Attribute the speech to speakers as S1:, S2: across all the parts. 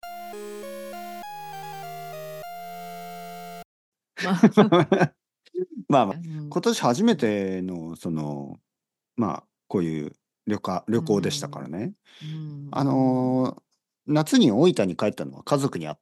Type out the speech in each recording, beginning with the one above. S1: まあ
S2: まあまあ、
S1: うん
S2: 今年初めての、その、まあ、こういう旅か旅行でしたからね。
S1: うん
S2: あのー夏に大分に帰ったのは家族にあ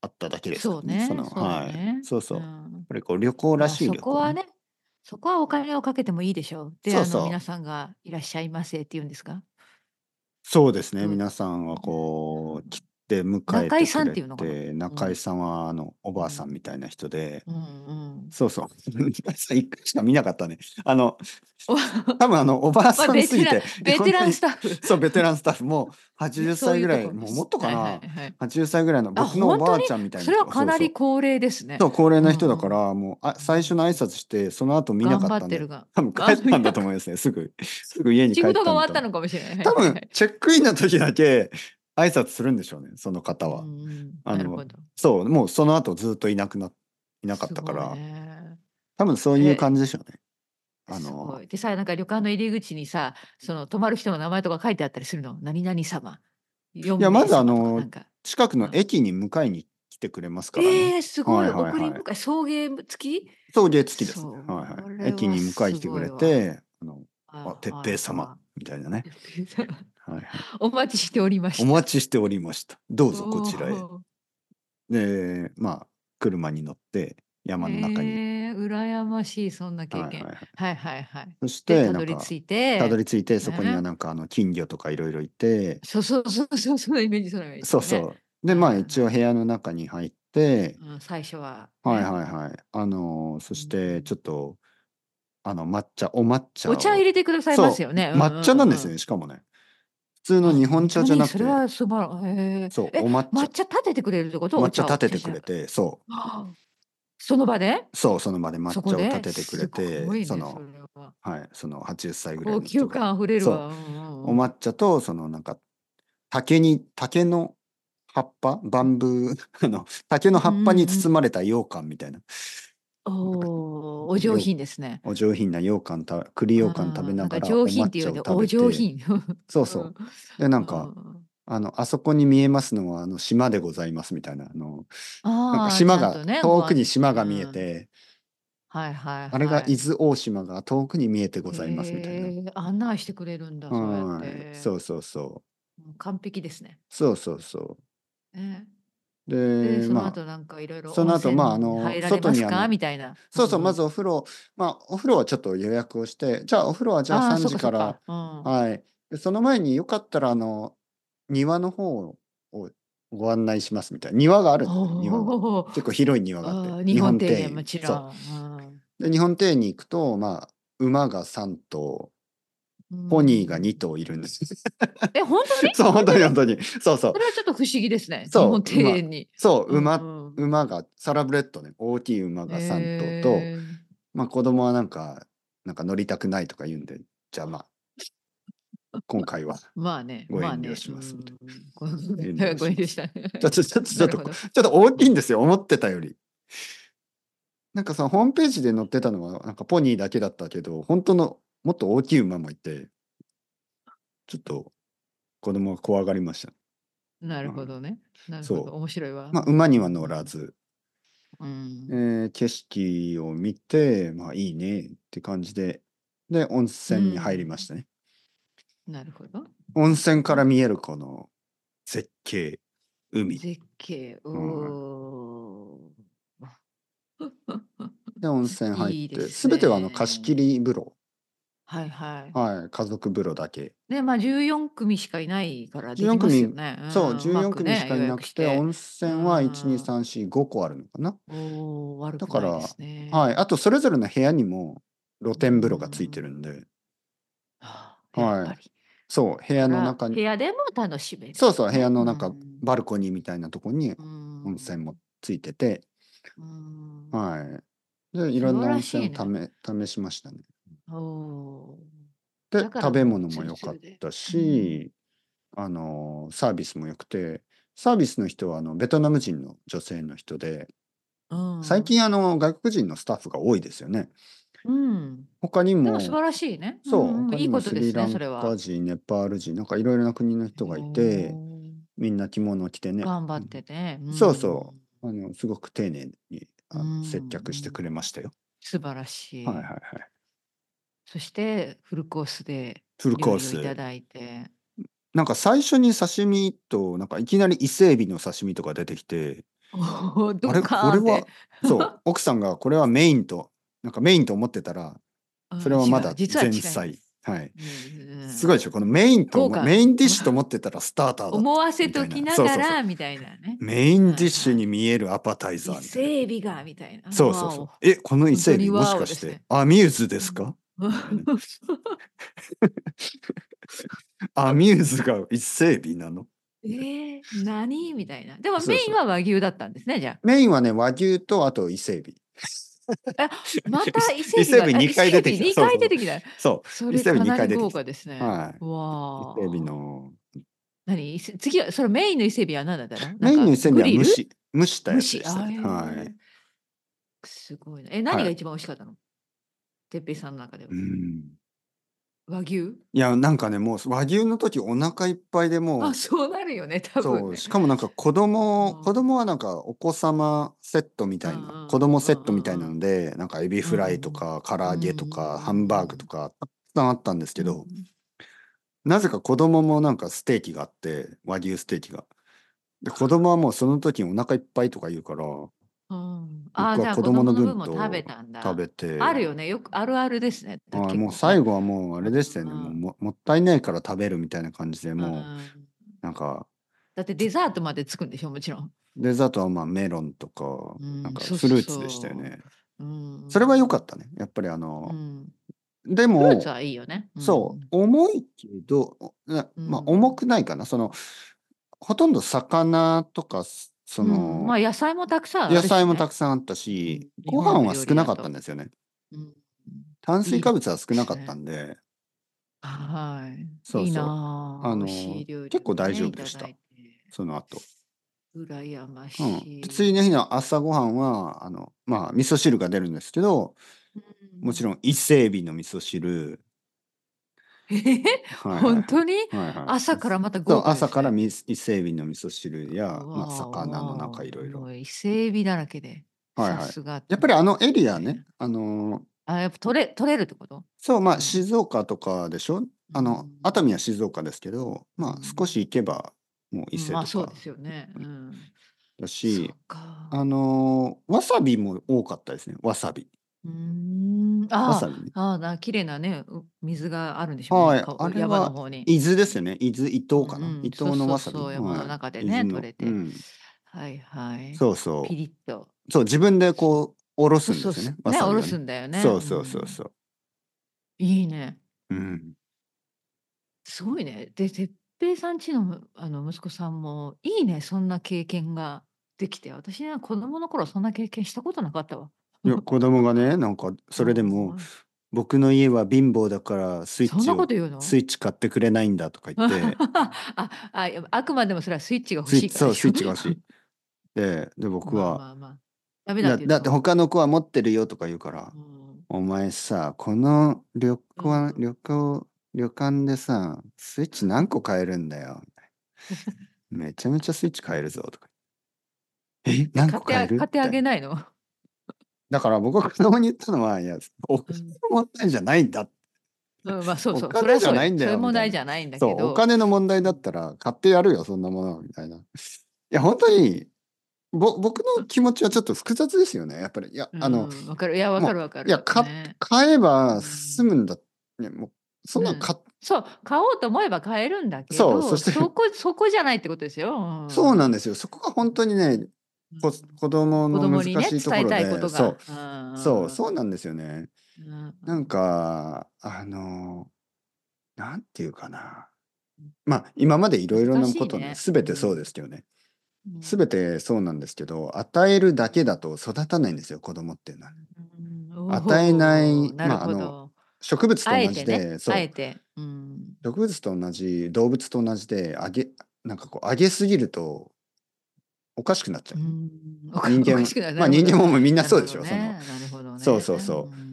S2: あっただけですか
S1: そ
S2: ら
S1: うね。
S2: その、
S1: そう
S2: は
S1: ね
S2: い。そうそう。
S1: う
S2: やっ
S1: ん
S2: ぱりこう旅行ら
S1: まあ
S2: しい
S1: そ
S2: 旅行、
S1: こはね、そこはお金をかけてもいいでしょう。で、
S2: そう
S1: あ
S2: そう
S1: の皆さんがいらっしゃいませって言うんですか。
S2: そうですね。
S1: うん
S2: 皆さんはこ
S1: う
S2: うん来て迎えて
S1: 中
S2: くれ
S1: 井
S2: て、
S1: さんっていうのかなうん
S2: 中井さんはあのおばあさんみたいな人で、
S1: うんうん。
S2: そうそう。 中井さん一回しか見なかったね。あの
S1: お
S2: 多分あのおばあさ
S1: まあ
S2: んすぎて、
S1: ベテランス
S2: タ
S1: タッフ。
S2: そうベテランスタッフもう80
S1: そう
S2: 歳
S1: い
S2: ぐらい
S1: ところで
S2: も
S1: す
S2: うもっとかな、
S1: はいはいはい
S2: 80歳ぐらいの
S1: あ
S2: 僕のお
S1: 本当
S2: ばあ
S1: に
S2: ちゃんみたいな
S1: それは
S2: 人
S1: かな
S2: そうそう
S1: り高齢ですね。
S2: そう高齢な人だ
S1: うんうん
S2: から、もうあ最初の挨拶してその後見な
S1: 頑
S2: か
S1: 張
S2: った
S1: っ
S2: ん
S1: て
S2: で
S1: るが。
S2: 多分帰ったんだと思いますねすぐすぐ家に帰
S1: 仕
S2: ったんだ
S1: 事が
S2: と思
S1: 終わ
S2: う
S1: ったのかもしれない。
S2: 多
S1: はいは
S2: 分
S1: い
S2: チェックインの時だけ挨拶するんでしょうねその方は、
S1: うんうん
S2: あの
S1: なるほど。
S2: そうもうその後ずっといなくないなかったから、
S1: すごいね
S2: 多分そういう感じでしょうねあ
S1: すご
S2: の
S1: いでさなんか旅館の入り口にさその泊まる人の名前とか書いてあったりするの何々様い
S2: やまずあの
S1: なんか
S2: 近くの駅に迎えに来てくれますからね、
S1: えー、すごい,、
S2: はいはいはい
S1: 送り迎え送迎付き
S2: 送迎付きです
S1: そう
S2: ね、はい
S1: こ
S2: は
S1: れ
S2: い、
S1: は
S2: 駅に迎えに来てくれ
S1: すごい
S2: てあのあ鉄平様みたいなね、
S1: 鉄平様
S2: はいはい、
S1: お待ちしておりました
S2: お待ちしておりましたどうぞこちらへ
S1: おー
S2: でまあ車に乗って山の中に、
S1: えー、羨ましいそんな経
S2: はいはい
S1: 験、
S2: はい、
S1: はい、はいはい
S2: そし
S1: で
S2: て
S1: た
S2: な
S1: ど
S2: ん
S1: り
S2: か
S1: 着いて
S2: たどり着いてそこには
S1: ね
S2: なんかあの金魚とかいろいろいて、
S1: そうそうそうそうそのイメージそのイメージ、ね、
S2: そうそうでまあ一応部屋の中に入って、
S1: うん、最初は、
S2: はいはいはいあのそし
S1: う
S2: て
S1: ん
S2: ちょっとあの抹茶お抹茶を
S1: お茶入れてくださいますよね。
S2: そう抹茶なんです
S1: う
S2: よ
S1: う
S2: ね
S1: う。
S2: しかもね普通の日本茶じゃなく
S1: 本
S2: て
S1: 当にそれは素晴らしいへえ。
S2: そう
S1: え
S2: お抹
S1: 抹茶
S2: 茶
S1: 立ててくれるってこと
S2: 抹茶
S1: お
S2: 立
S1: を
S2: ててくれてそう
S1: ああその場で
S2: そう、その場で抹茶
S1: そ
S2: を
S1: こで
S2: 立ててくれて、
S1: すごいね
S2: そ
S1: そ
S2: の、
S1: れは
S2: はい、その80歳ぐらい
S1: 高
S2: の人
S1: 級
S2: が
S1: 感あふれるわ。
S2: そう、
S1: う
S2: お
S1: んうん
S2: 抹茶と、そのなんか、竹に、竹の葉っぱバンブー、 あの、竹の葉っぱに包まれた羊羹みたいな、
S1: おーお上品ですね。
S2: お上品な羊羹た、栗羊羹食べながら、お
S1: うんんか上品っていうより
S2: 抹茶を
S1: お
S2: 食
S1: 上
S2: べて、
S1: 品。
S2: そうそう。で、なんか、
S1: うん
S2: あの、あそこに見えますのは、あの、島でございますみたいな、あの、なん
S1: あ
S2: か
S1: あ
S2: 島
S1: ちゃん
S2: が、
S1: とね
S2: 遠くに島が見え
S1: うん
S2: て、
S1: はいはいはい、
S2: あれが伊豆大島が遠くに見えてございますみたいな。
S1: へえ案内してくれるんだ。そうやっ
S2: はい、
S1: て
S2: そうそうそう。
S1: うん完璧ですね。
S2: そうそうそ
S1: ね
S2: う。
S1: で
S2: で、
S1: その
S2: ま
S1: 後
S2: あ、
S1: なんかいろいろ
S2: その後
S1: 温泉
S2: まああの
S1: 入られ
S2: 外
S1: ま
S2: に
S1: す
S2: あ
S1: か
S2: の
S1: みたいな。
S2: そうそう、
S1: ん
S2: まずお風呂、まあ、お風呂はちょっと予約をして、じゃあお風呂はじゃあ
S1: ー
S2: 3
S1: そう
S2: 時から、
S1: そううん
S2: はい。でその前によかったら、あの、庭の方をご案内しますみたいな。庭があるんですね、庭が。
S1: おー
S2: 結構広い庭があっ
S1: あー
S2: て。
S1: 日本庭園
S2: 園
S1: もち
S2: そ
S1: ろ。
S2: うん
S1: うん
S2: で、日本庭園に行くと、まあ、馬が3頭、
S1: うん
S2: ポニーが2頭いるんです。
S1: え本当に
S2: そう、本当に本
S1: に
S2: 当に。そうそう
S1: そ。れはちょっと不思議ですね日
S2: そう
S1: 本庭園に
S2: そう、馬
S1: うんうん
S2: 馬がサラブレッドね大きい馬が3頭と、
S1: へー
S2: まあ、子供はなんかなんか乗りたくないとか言うんでじゃあまあ今 回は
S1: まあね
S2: ご
S1: まあ
S2: 遠慮
S1: ね
S2: しますみた
S1: うんご
S2: 遠慮
S1: 遠
S2: します
S1: 慮 ご遠慮したね
S2: ちょっとちょっとちょっ
S1: なる
S2: と
S1: ほ
S2: こ
S1: ど
S2: ちょっと大きいんですよ思ってたより。なんかそのホームページで載ってたのはなんかポニーだけだったけど本当のもっと大きい馬もいてちょっと子供が怖がりました、
S1: なるほどねなる
S2: そう
S1: ほど面白いわ
S2: まあ、馬には乗らず、
S1: うん
S2: えー景色を見てまあいいねって感じでで温泉に入りましたね。
S1: なるほど
S2: 温泉から見えるこの絶景海で
S1: 絶景おお
S2: 温泉入
S1: い
S2: っ
S1: い
S2: て
S1: です
S2: す
S1: ね
S2: べてはあの貸し切り風呂
S1: はいはい
S2: はい家族風呂だけ、
S1: ねまあ14組しかいないからできますよね。
S2: そう
S1: うんま
S2: 14
S1: く
S2: 組しかい
S1: ね
S2: な
S1: 予
S2: く,、
S1: 約して
S2: 温泉は
S1: うん
S2: 12345個あるのかな、
S1: おー悪
S2: だ
S1: く
S2: か
S1: ない
S2: ら
S1: ですね。。
S2: はいいあとそれぞれの部屋にも露天風呂がついてるんで、はい
S1: やっぱり
S2: そう部屋の中
S1: 部
S2: に
S1: 屋でも楽しめる。
S2: そうそう部屋の中、
S1: うん
S2: バルコニーみたいなとこに
S1: うん
S2: 温泉もついてて、
S1: うん
S2: はいでいろんな温
S1: 素晴らし
S2: 泉
S1: いね
S2: を試,、試しましたね
S1: お
S2: で
S1: だから
S2: 食べ物
S1: ツ
S2: も
S1: ル
S2: 良
S1: ツ
S2: かっ
S1: ルで
S2: たし、あのサービスも良くてサービスの人はあのベトナム人の女性の人で
S1: ーうん
S2: 最、近あの外国人のスタッフが多いですよね。
S1: うん、
S2: 他に
S1: で
S2: も
S1: も素晴らしいね。
S2: そう、
S1: ん
S2: 他
S1: んい
S2: に
S1: い
S2: も
S1: こ
S2: ス
S1: とで
S2: リ
S1: す
S2: ラ
S1: ね
S2: ン
S1: それは
S2: カ。人、ネパール人、なんかいろいろな国の人がいて、みんな着物を着てね、
S1: 頑張ってね。
S2: そうそあのすごく丁寧にあの
S1: うん
S2: 接客してくれましたよ。
S1: 素晴らしい。
S2: はいはいはい。
S1: そしてフルコースで
S2: フルコー
S1: いろいろいた
S2: ス。
S1: だいて、
S2: なんか最初に刺身と、なんかいきなり伊勢海老の刺身とか出てきて、
S1: おお、ど
S2: あれ
S1: っ
S2: こ
S1: かー
S2: れ
S1: んって
S2: は、そう、奥さんがこれはメインと、なんかメインと思ってたら、
S1: うん
S2: それはまだ
S1: 違う実は違い
S2: 前
S1: ます
S2: 菜。はい。
S1: うんうん
S2: すごいでしょこのメインと
S1: 豪華
S2: メインディッシュと思ってたらスターターだった
S1: 思わせときなが
S2: みたいなそうそうそ
S1: らみたいなね。
S2: メインディッシュに見えるアパタイザー
S1: 伊
S2: みたいな。
S1: 勢海老がみたいな。
S2: そうそうそう。え、この伊勢海老も
S1: 本当
S2: し
S1: にワ
S2: か
S1: オで
S2: し
S1: すね
S2: てアミューズですか
S1: わお。
S2: アミューズが伊勢海老なの
S1: えー、何みたいな。でも
S2: そうそう
S1: メインは和牛だったんですね、じゃ
S2: メインはね、和牛とあと伊勢海
S1: あ。また伊勢
S2: 伊勢
S1: 海老
S2: 海
S1: が
S2: 老二回出てきた
S1: 伊勢
S2: そう
S1: 海老二回出てきた。そ
S2: そう老。そ
S1: うれ
S2: 伊勢海
S1: か
S2: 老二
S1: な
S2: 回
S1: り
S2: 出て
S1: 豪
S2: きた
S1: 華ですね。
S2: う。はい。
S1: わあ
S2: 伊。勢海老の。
S1: 何伊勢次は、それメインの伊勢海老は何だったのなんか
S2: メインの伊勢海老は蒸
S1: グリ
S2: し、蒸した
S1: ル蒸
S2: やつ
S1: し
S2: で。した
S1: あ
S2: ね。
S1: ー
S2: はい。
S1: すごいな。え、何
S2: は
S1: が
S2: い
S1: 一番美味しかったのてっぺいさんの中では
S2: う。ん。
S1: 和牛
S2: いや、なんかね、もう和牛の時お腹いっぱいでもう
S1: あ、、そうなるよね、多
S2: そ
S1: 分
S2: う、
S1: ね。
S2: しかもなんか子供、
S1: うん
S2: 子供はなんかお子様セットみたい
S1: うんうんうんう
S2: な、
S1: ん
S2: 子供セットみたいなので、なんかエビフライとか、唐揚げと
S1: うんうんうんう
S2: か、
S1: ん
S2: ハンバーグとか、たくさんあったんですけ
S1: う
S2: ど、
S1: ん
S2: なぜか子供もなんかステーキがあって、和牛ステーキが。で、子供はもうその時お腹いっぱいとか言うか
S1: う
S2: ら、
S1: ん、
S2: 僕
S1: あーじゃ
S2: は
S1: あ
S2: 子
S1: 子
S2: 供
S1: 供の
S2: の分
S1: 分
S2: と
S1: も食べたんだ。
S2: 食べて、
S1: あるよね、よくあるあるですね。
S2: はい
S1: 結構
S2: もう
S1: ね
S2: 最後はもうあれでしたよね、
S1: うん
S2: もうももったいないから食べるみたいな感じで、
S1: う
S2: もうんなんか、
S1: だってデザートまでつくんでしょ、もちろん。
S2: デザートはまあメロンとか、
S1: うん
S2: なんか
S1: そう
S2: フ
S1: そう
S2: ルーツでしたよね。
S1: うん、。
S2: それは良かったたね。やっぱりあ
S1: う
S2: の、
S1: ん、
S2: で
S1: フル
S2: も
S1: ー、ツはいいよね。
S2: そう、重いけど、おなまあ
S1: うん
S2: 重くないかな。その、ほとんど魚とか、すそ
S1: うん。うんま
S2: の
S1: あ、野菜もたくさんあるし、
S2: 野菜もたくさんあったし、
S1: うん
S2: ご
S1: 日本の
S2: 飯は
S1: 料理
S2: 少なか
S1: だ
S2: った
S1: と
S2: んですよね。
S1: さん。うん
S2: 炭水化物は少なかったんで、
S1: はい。
S2: そうそう
S1: いいなあ
S2: あの
S1: 美味しい料理をね、
S2: 結構大丈夫でした
S1: いだいて
S2: その後。
S1: 羨まし
S2: うん。
S1: い。
S2: で次の日の朝ごはんは、あの、まあ、味噌汁が出るんですけど、もち
S1: ん。
S2: ろん伊勢海老の味噌汁。
S1: えへへ
S2: はいはい
S1: 本当に
S2: はいはい、
S1: 朝からまた
S2: そ
S1: 豪
S2: う
S1: 華ですね
S2: 朝からみ伊勢海老の味噌汁や、ま
S1: わ
S2: あ、
S1: お
S2: 魚のなん
S1: わ
S2: か
S1: お
S2: いろいろ
S1: もう伊勢海老だらけで。
S2: はいはい
S1: さすが。
S2: やっぱりあのエリアね。あのー
S1: あ、やっぱ取れ、取れるってこと
S2: そうま
S1: う
S2: あ
S1: ん
S2: 静岡とかでしょあ
S1: う
S2: の
S1: ん
S2: 熱海は静岡ですけどまあ
S1: うん
S2: 少し行けばもう伊
S1: うん
S2: 勢
S1: まあそ
S2: と
S1: う
S2: か
S1: ですよね。うん。
S2: だ
S1: そ
S2: し、
S1: うか。
S2: あのーわさびも多かったですねわさび
S1: うーん。
S2: わ
S1: あ
S2: さびね
S1: あ、ああな、綺麗なね、う水があるんでしょう
S2: は
S1: ね。
S2: い
S1: か
S2: あれは
S1: 山の方に。
S2: 伊豆ですよね伊豆伊東かな、
S1: うんうん
S2: 伊東のわさび
S1: そうそうそう山の中でね
S2: 伊豆の
S1: 取れて
S2: うん
S1: はいはい。
S2: そうそ
S1: ピリッと。
S2: うそう自分でこうおろす
S1: そ
S2: ん
S1: う
S2: です
S1: そ
S2: よ
S1: うそう
S2: ねわ
S1: ね、
S2: さび
S1: お
S2: を
S1: ろすんだよね。
S2: そうそうそうそう
S1: うん。いいね。
S2: うん
S1: すごいね。で、哲平さんちのむあの息子さんもいいね、そんな経験ができて。私は子供の頃そんな経験したことなかったわ。
S2: いや子供がねなんかそれで
S1: う
S2: も
S1: ん、
S2: 僕の家は貧乏だからスイ
S1: そ
S2: ッ
S1: ん
S2: チ
S1: なこ
S2: を
S1: と言うの
S2: スイッチ買ってくれないんだとか言って
S1: ああいやあくまでもそれはスイッチが欲
S2: スイ
S1: しい
S2: ッチ
S1: から
S2: そう
S1: でし
S2: ス
S1: ょ
S2: イッチが欲しい。でで僕
S1: まあ
S2: は
S1: まあまあダメだ
S2: だ
S1: って言う
S2: だっ
S1: と
S2: て他の子は持ってるよとか言うから
S1: うん
S2: お前さこの旅行は、
S1: うん
S2: 旅行旅館でさスイッチ何個買えるんだ よみたいなめちゃめちゃスイッチ買えるぞとかえ何
S1: 買
S2: 個
S1: って
S2: 買え
S1: あ
S2: る
S1: 買ってあ
S2: みた
S1: げ
S2: いな
S1: ないの、
S2: だから僕は子供に言ったのはいやお金問題じゃないんだ
S1: うん、まあそうそう
S2: お金
S1: それは
S2: じゃ
S1: そう
S2: ないんだよ
S1: それ
S2: みたいな
S1: 問題じゃないんだけ
S2: そ
S1: ど
S2: う、お金の問題だったら買ってやるよ、そんなものみたいな。いや、本当に、ぼ僕の気持ちはちょっと複雑ですよね、やっぱり。いや、あ
S1: う
S2: の、
S1: んわかるいやわかるわかる
S2: いや買っ
S1: ね
S2: 買え
S1: う
S2: ば
S1: ん
S2: 済むんだ。ね、もう、そんなの買っ、
S1: そう買おうと思えば買えるんだけ
S2: そ
S1: ど
S2: うそして
S1: こそこじゃないってことですよ、
S2: そうなんんですよ。そこが本当にね、こ子供
S1: 子
S2: の
S1: 供
S2: 難し
S1: にね
S2: いとこ
S1: 伝え
S2: ろ
S1: た
S2: で、
S1: いことが
S2: そう、
S1: うん
S2: そう、そうなんですよね。
S1: うんうん
S2: なんか、あの、なんていうかな。まあ、今までいろいろなこと
S1: 難
S2: ね、
S1: しい
S2: す
S1: ね
S2: べてそうですけどね。
S1: うん
S2: すべてそうなんですけど、与えるだけだと育たないんですよ、子供っていうのは。
S1: うん
S2: 与えない
S1: おーなるほど、
S2: まああ植物と
S1: あえ
S2: 同
S1: て
S2: じで、
S1: ね、
S2: そ
S1: あえ
S2: う、
S1: て。うん。
S2: 植物と同じ、動物と同じで、あげ、なんかこう、あげすぎると、おかしくなっちゃ
S1: う
S2: う。
S1: んおか
S2: 人
S1: お
S2: 間
S1: かしくなる、
S2: まあ
S1: なる
S2: 人
S1: ほど
S2: 間もみんなそうでしょ、
S1: な
S2: その。
S1: るほどね。
S2: そうそうそうん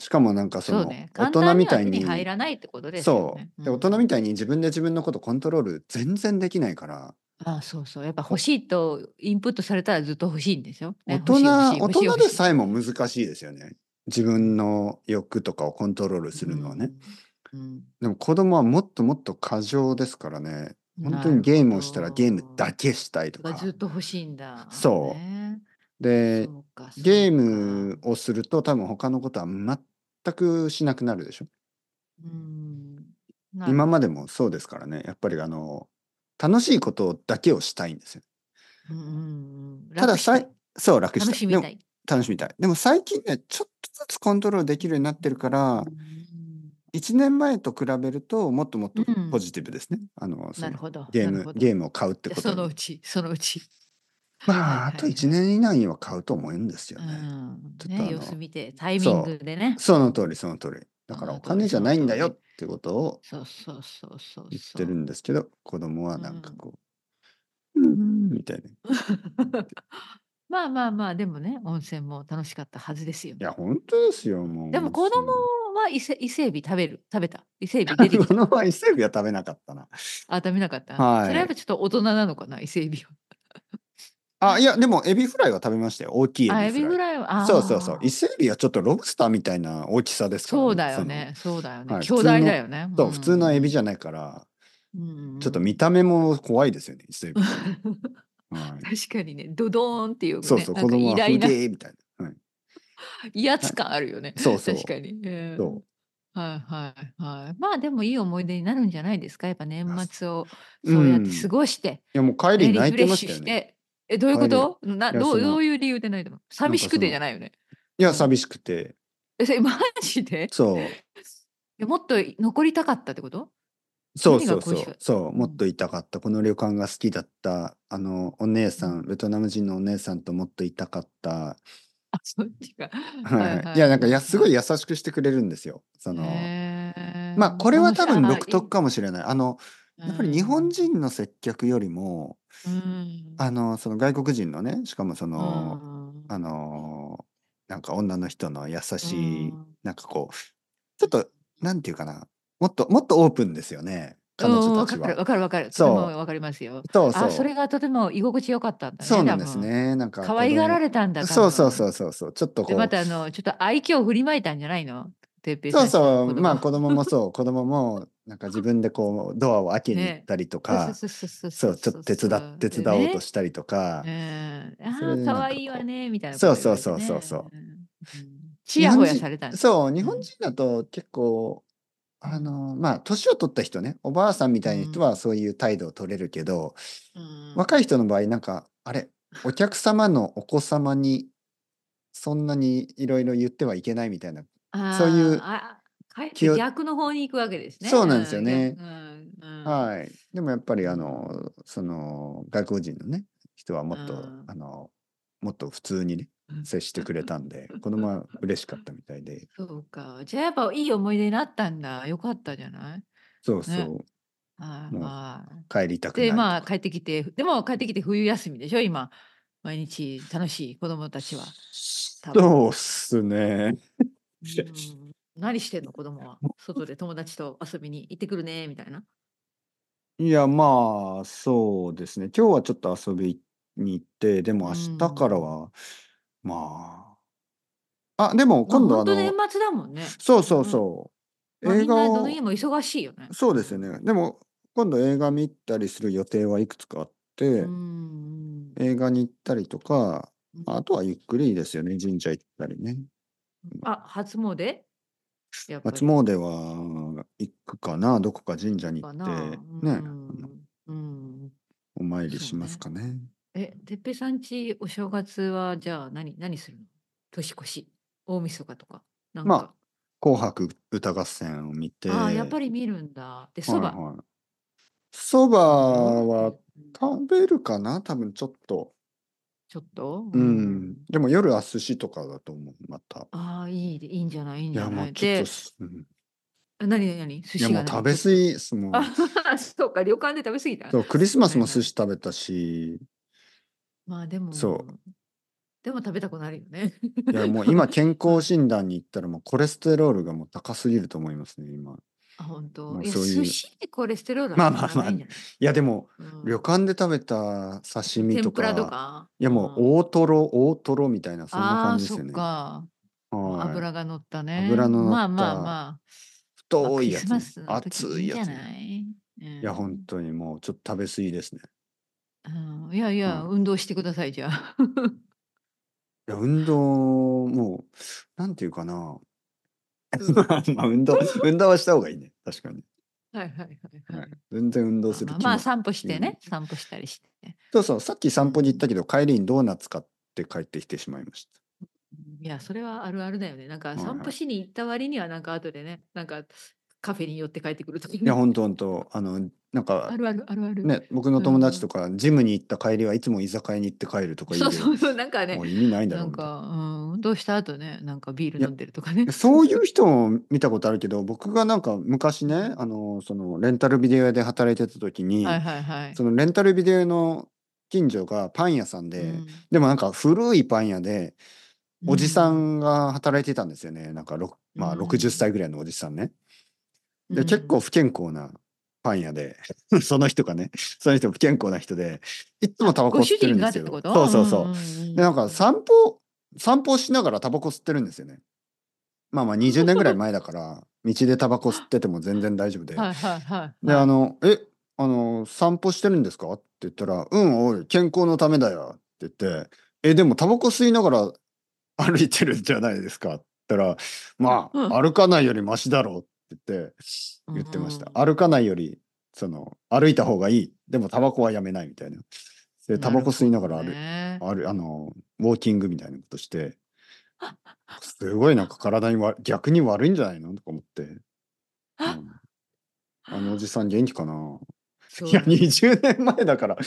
S2: しかもなんかそ
S1: そう
S2: の、
S1: ね。
S2: 大
S1: 簡単に
S2: 人み
S1: は
S2: た
S1: 手
S2: い
S1: に
S2: に、
S1: 入らないってことですよ
S2: そ
S1: ね。
S2: う、で大人み
S1: た
S2: たいに自分で自分のことコントロール全然できないから、
S1: ああ、そうそう。やっぱ欲しいとインプットされたらずっと欲しいんですよ。ね、欲
S2: 大
S1: しい欲しい
S2: 人、
S1: 欲しい
S2: 大人
S1: 欲し
S2: で
S1: い
S2: さえも難しいですよね。自分の欲とかをコントロールするのはね。。
S1: うんうん
S2: でも子供はもっともっと過剰ですからね。本当にゲームをしたらゲームだ。けしたいと
S1: なるほどが
S2: か。
S1: ずっと欲しいんだ。
S2: そう
S1: ね
S2: で、
S1: そうかそうか
S2: ゲームをすると多分他のことは全くしなくなるでしょ。
S1: うんなる
S2: 今までもそうですからね。やっぱりあの、楽しいことだけをしたいんですよ。
S1: うんうんうん
S2: たださい
S1: 楽
S2: そう、楽したい。
S1: しみた
S2: でも
S1: い。
S2: 楽しみたい。でも最近ね、ちょっとずつコントロールできるようになってるか
S1: う
S2: ら、
S1: ん
S2: 1年前と比べるともっともっと
S1: うん
S2: ポジティブですね。あのそ
S1: なる
S2: の
S1: ほど。
S2: ゲー
S1: なる
S2: ム
S1: ほど
S2: ゲームを買うって
S1: じゃ
S2: こ
S1: あその
S2: と
S1: う
S2: に
S1: ち、そのうち。
S2: まあ
S1: はいはい
S2: あと1年以内には買うと思うんですよ
S1: う
S2: ね。
S1: ん
S2: ちょっとあの
S1: ね、様子見て、タイミングでね。
S2: その通りその通り。だか
S1: あ
S2: らお
S1: ー通
S2: 金
S1: り
S2: じゃないんだよ
S1: そ
S2: っ
S1: の通
S2: てことを
S1: そうそうそうそうそう。
S2: 言ってるんですけど子供はなんかこう、うーんみたいな。い
S1: まあまあまあ、でもね、温泉も楽しかったはずですよ。
S2: や本当ですよもう。
S1: でも子供は伊勢伊勢海老食べる食べた伊 勢海老出てき
S2: 子
S1: た
S2: 供は伊勢海老は食べなかったな。
S1: あ食べなかった、
S2: はい
S1: それはやっぱちょっと大人なのかな伊勢海
S2: あいやでもエビフライは食べましたよ大きいエ
S1: 老はあ
S2: ビフライ。
S1: エビフライはあー
S2: そうそうそう伊勢海老はちょっとロブスターみたいな大きさですから、
S1: そうだよねそうだよね、
S2: はい
S1: 兄弟だよね
S2: その。そう普通のエビ
S1: じ
S2: じゃないから。
S1: ゃ、うんうん
S2: ちょっと見た目も怖いですよね、伊勢海老 はい
S1: 確かにねドドーンっていうね
S2: そうそう、
S1: な
S2: 子
S1: んか
S2: 供
S1: 偉
S2: は
S1: 大
S2: 不
S1: な
S2: 敬みたいな。はい、
S1: 威圧感あるよね、
S2: そうそう。
S1: 確かに、えー
S2: そ
S1: はいはいはいまあでもいい思い出になるんじゃないですかやっぱ年末を
S2: う
S1: そうやっ
S2: ん
S1: て過ごして、
S2: いやもう帰り
S1: ね
S2: に泣
S1: リフレ
S2: いて
S1: ッ
S2: まし
S1: シュ
S2: たよ
S1: し
S2: ね。
S1: てえどういうこと
S2: い
S1: な
S2: や
S1: ど
S2: そうの
S1: どういう理由で泣いたの寂しくてじゃないよね
S2: いや、寂しくて。
S1: えそれマジで
S2: そう。
S1: えもっと残りたかったってこと
S2: そう
S1: 何
S2: そうそ
S1: が恋しかっ
S2: う。
S1: た
S2: そう、
S1: うん
S2: もっといたかった。この旅館が好きだった。あの、お姉さん、ベトナム人のお姉さんともっといたかった。
S1: あそっちが。
S2: はいはい。いや、なんかや、すごい優しくしてくれるんですよ。その、まあ、これは多分独特かもしれない。あの、やっぱり日本人の接客よりも、あの、その外国人のね、しかもその、あのーなんか女の人の優しい、なんかこう、ちょっと、なんていうかな、もっと、もっとオープンですよね、彼女たち
S1: わ
S2: は。
S1: かるわかる。
S2: そう
S1: とてもわかりますよ。
S2: そうそ
S1: あ
S2: う。
S1: それがとても居心地よかったんだね。
S2: そうなんです
S1: 多分。
S2: ね。なんか。
S1: 可愛がられたんだ。
S2: たそうそう
S1: う。
S2: そうそうそう。ちょっとこ
S1: で
S2: う。
S1: またあのちょっと愛嬌を振りまいたんじゃないの？てっぺいさ
S2: そ
S1: ん
S2: うそう。
S1: 子供
S2: まあ子供もそう。 子供も、なんか自分でこう、ドアを開けに行ったりとか、
S1: そうそうそう
S2: そ、
S1: そう
S2: ちょっと手伝っ、手伝おうとしたりとか。
S1: ねうん、
S2: それ
S1: あ
S2: で
S1: あ
S2: な
S1: 可
S2: んか
S1: 愛いわねみたいな
S2: そ
S1: こ
S2: う
S1: と言われて
S2: そう
S1: ね
S2: そうそうそ
S1: んんちやほやされたんです
S2: そう、日本人だと結構、あの、まあ、年を取った人ね、おばあさんみたいな人はそういう態度を取れるけど、若い人の場合、なんか、あれ、お客様のお子様に、そんなにいろいろ言ってはいけないみたいな。そうい
S1: あ
S2: う
S1: ーあかえっ
S2: 気
S1: て
S2: を
S1: 逆の方に行くわけですね。
S2: そうなんですよね
S1: うんうんうん
S2: はい。でもやっぱり、
S1: うん
S2: あの、その、外国人のね、人はもっ
S1: う
S2: と
S1: ん、
S2: あの、もっと普通にね、接してくれたんで、子供は嬉しかったみたいで。
S1: そうか。じゃあやっぱいい思い出になったんだ。よかったじゃない。
S2: そうそう、
S1: ねはい
S2: もう
S1: はい。
S2: 帰りたくない
S1: で
S2: とか。
S1: まあ帰ってきてでも帰ってきて冬休みでしょ今毎日楽しい子供たちは。多分
S2: そうっすね。
S1: うん何してんの子供は外で友達と遊びに行ってくるねみたいな。
S2: いや、まあ、そうですね。今日はちょっと遊びに行って、でも明日からは、まあ。あ、で
S1: ま
S2: も
S1: あ
S2: 今度あ
S1: 本当
S2: の、
S1: 年末だもんね。
S2: そうそう
S1: うん
S2: そう。
S1: まあ
S2: 映
S1: みんな
S2: 画
S1: ど
S2: を
S1: の家も忙しいよね。
S2: そうですよね。でも、今度映画見たりする予定はいくつかあって、
S1: うん。
S2: 映画に行ったりとか、
S1: うん
S2: あとはゆっくりですよね。神社行ったりね。
S1: あ、初詣やっぱり
S2: 初詣は行くかな。どこか神社に行
S1: か
S2: って、
S1: な
S2: ね、
S1: う
S2: あの
S1: んうん。
S2: お参りしますかね。
S1: え、てっぺいさんちお正月はじゃあ何何するの年越し、大晦日とか。なんか
S2: まあ紅白歌合戦を見て、
S1: ああやっぱり見るんだ。で、そば。
S2: はいはいそばは
S1: うん
S2: 食べるかな多分ちょっと。
S1: ちょっと、
S2: うん。でも夜は寿司とかだと思う、また。
S1: ああ、いいで、いいんじゃないいいん
S2: い
S1: じゃ
S2: や、も
S1: な
S2: う
S1: い
S2: ちょっ
S1: で
S2: と、す、うん
S1: 何何何寿
S2: い
S1: 司
S2: や、も
S1: が
S2: う
S1: 何
S2: 食べ
S1: ちょ
S2: 過ぎっす、も
S1: っ
S2: う
S1: とあ そうか、旅館で食べ過ぎた。
S2: そう。クリスマスも
S1: はいはい
S2: 寿司食べたし、
S1: まあでも、
S2: そう
S1: でも食べたくなるよね。
S2: いや、もう今健康診断に行ったらもうコレステロールがもう高すぎると思いますね、今。
S1: あ、本
S2: ま
S1: 当。
S2: あ
S1: いや、
S2: そうい
S1: 寿
S2: う
S1: 司ってコレステロール
S2: まあ
S1: ん
S2: まあ
S1: ないんじゃ
S2: いやでも
S1: ないうん
S2: 旅館で食べた刺身
S1: 天
S2: と
S1: ぷ
S2: から
S1: とか。
S2: いやも
S1: ん
S2: う大トロ大トロみたいなそんな
S1: あ
S2: 感
S1: あ、
S2: じです
S1: そ
S2: よ
S1: っ
S2: ね。
S1: か。
S2: はい
S1: 油が乗ったね。
S2: 油の乗
S1: まあまあ
S2: った
S1: まあ。まあ
S2: 太いや
S1: クリ
S2: つ
S1: スマス
S2: ね、
S1: の時
S2: 熱いや
S1: ん
S2: つ
S1: じゃ
S2: ね。
S1: ない
S2: いや本
S1: ん
S2: 当にもうちょっと食べ過ぎですね。
S1: うんいやいや、
S2: う
S1: 運動してください、じゃあ。
S2: いや運動もうなんていうかな。
S1: うん
S2: まあまあ 運動運動はした方がいいね確かに。
S1: はいはいはい
S2: は
S1: はいい。
S2: 全然運動する
S1: まあ
S2: 気
S1: まあ
S2: も。
S1: 散歩してね、
S2: う
S1: 散歩したりして。
S2: そうそうさっき散歩に行ったけど帰りにドーナツ買って帰ってきてしまいました。
S1: いや、それはあるあるだよね。なん
S2: は
S1: か
S2: いはい
S1: 散歩しに行った割には、なんか後でね、なんかカフェに寄って帰ってくるとき
S2: いや本当本当あのなんか
S1: あるあるあるある。
S2: ね、僕の友達とか、ジムに行った帰りはいつも居酒屋に行って帰るとかい
S1: そううそうそう、なんか
S2: も
S1: ね
S2: う、意味ないんだ
S1: な
S2: ろうんみたいな
S1: か、うん、運動した後ね、なんかビール
S2: いや
S1: 飲んでるとかね。
S2: そういう人も見たことあるけど僕がなんか昔ねあのそのレンタルビデオ屋で働いてた時に、
S1: はいはいはい。
S2: そのレンタルビデオ屋の近所がパン屋さんで、
S1: うん
S2: でもなんか古いパン屋でおじさ
S1: うん
S2: んが働いてたんですよねなんか、ろくまあ、
S1: うん
S2: 60歳ぐらいのおじさんね。
S1: う
S2: で
S1: ん
S2: 結構不健康なパン屋で その人がねその人も不健康な人でいつもタバコ
S1: ご
S2: 吸
S1: 主
S2: ってる
S1: 人
S2: ん
S1: が
S2: で
S1: っ
S2: す
S1: て
S2: よ。
S1: こと
S2: そうそうそう。
S1: んん
S2: でなんか散歩散歩しながらタバコ吸ってるんですよね。まあまあ20年ぐらい前だから道でタバコ吸ってても全然大丈夫で。
S1: はいはいはい。
S2: であの「えあの散歩してるんですか?」って言ったら「うんおい健康のためだよ」って言って「えでもタバコ吸いながら歩いてるんじゃないですか?」って言ったら「まあ、
S1: う
S2: 歩かないよりマシだろ」って言って言ってました。
S1: あ
S2: 歩かないよりその歩いた方がいいでもタバコはやめないみたいな。でタバコ吸いながら歩い
S1: ね、
S2: あるあのウォーキングみたいなことして すごいなんか体にわ逆に悪いんじゃないのとか思って、うんあのおじさん元気かな
S1: そう
S2: いや20年前だから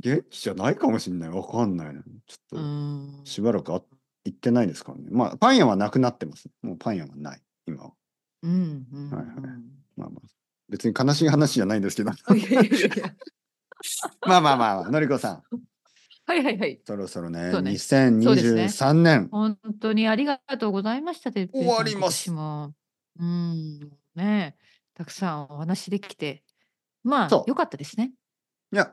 S2: 元気じゃないかもしれないわかんないなち
S1: う
S2: ょっと
S1: ん
S2: しばらくあ行ってないですからねまあパン屋はなくなってますもうパン屋はない今は
S1: うんうん
S2: はい
S1: うん
S2: まあまあ別に悲しい話じゃない んですけど
S1: いやいやいやいや
S2: まあまあまあ、まあ、のりこさん
S1: はいはいはい。
S2: そろそろね
S1: そうねそうです
S2: 2023年、
S1: 本当にありがとうございました。終
S2: 終わります
S1: 私も。うん、ねえ、たくさんお話できて。ま
S2: そ
S1: あ、
S2: う
S1: 良かったですね。
S2: いや、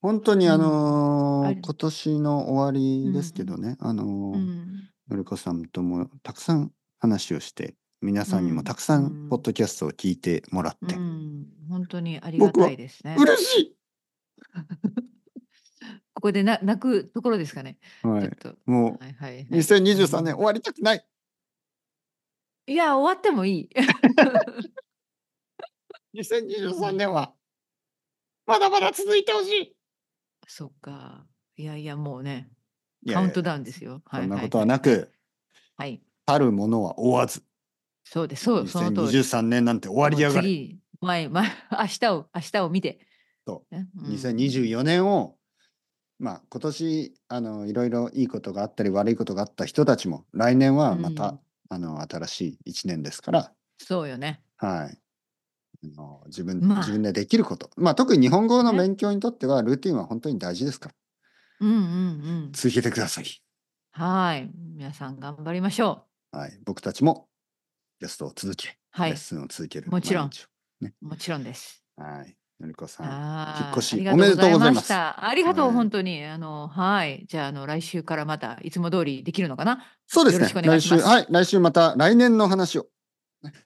S2: 本当に
S1: うん
S2: あのー
S1: あり
S2: 今年の終わりですけどね、あのー
S1: うん。
S2: のりこさんともたくさん話をして、皆さんにも
S1: うん
S2: たくさ
S1: うんん
S2: ポッドキャストを聞いてもらっ
S1: う
S2: て、
S1: ん、本当にありが
S2: 僕は
S1: たいですね。
S2: 嬉しい、
S1: ここでな泣くところですかね。
S2: は
S1: ちょっ
S2: い、
S1: と。
S2: も
S1: はいはいうはい。
S2: 2023年終わりたくない
S1: いや、終わってもいい。
S2: !2023 年は、まだまだ続いてほしい
S1: そっか。いやいや、もうね、
S2: いや
S1: カウント
S2: いや
S1: ダウンですよ。
S2: そんなことはな
S1: はい
S2: く、
S1: はい、はい。
S2: あるものは追わず、
S1: そうです。そう、その通り。
S2: 2023年なんて終わりやが
S1: もう
S2: れ。
S1: 次、前、前、 明日を、明日を見て。
S2: と
S1: ねうん
S2: 2024年を、まあ今年あのいろいろいいことがあったり悪いことがあった人たちも来年はまた、
S1: うん
S2: あの新しい1年ですから、
S1: そうよね。
S2: はい、あの自分、
S1: まあ
S2: 自分でできること、まあ、特に日本語の
S1: ね
S2: 勉強にとってはルーティンは本当に大事ですから
S1: うんうんうん。
S2: 続けてください、
S1: はい。皆さん頑張りましょ
S2: はい、僕たちもゲストを続け、
S1: う。は
S2: レッ
S1: い。
S2: スンを続ける
S1: もちろん
S2: 毎日
S1: もちろんです。
S2: をはいのりこさん
S1: はい
S2: 引っ越し
S1: ありがとうございました。ありがと
S2: は
S1: う、
S2: い
S1: 本当に。あの、はい。じゃあ、あの、来週からまた、いつも通りできるのかな
S2: そうです
S1: よ
S2: ね
S1: ろしくお願
S2: 来
S1: いし
S2: 週
S1: ます
S2: はい来週また来年の話を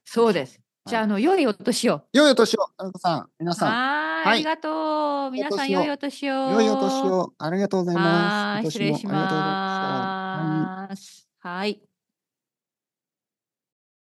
S1: そうです。じゃあ、あの、良いお年を。
S2: 良いお年をのりこさん皆さん
S1: はい。
S2: はい
S1: ありがとう。皆さん、
S2: お年を
S1: 良いお年を。
S2: 良いお年。を。ありがとうございます。
S1: はい。
S2: 今
S1: 失礼
S2: 年
S1: し
S2: もありがとうございましたは
S1: ます。は
S2: い
S1: い。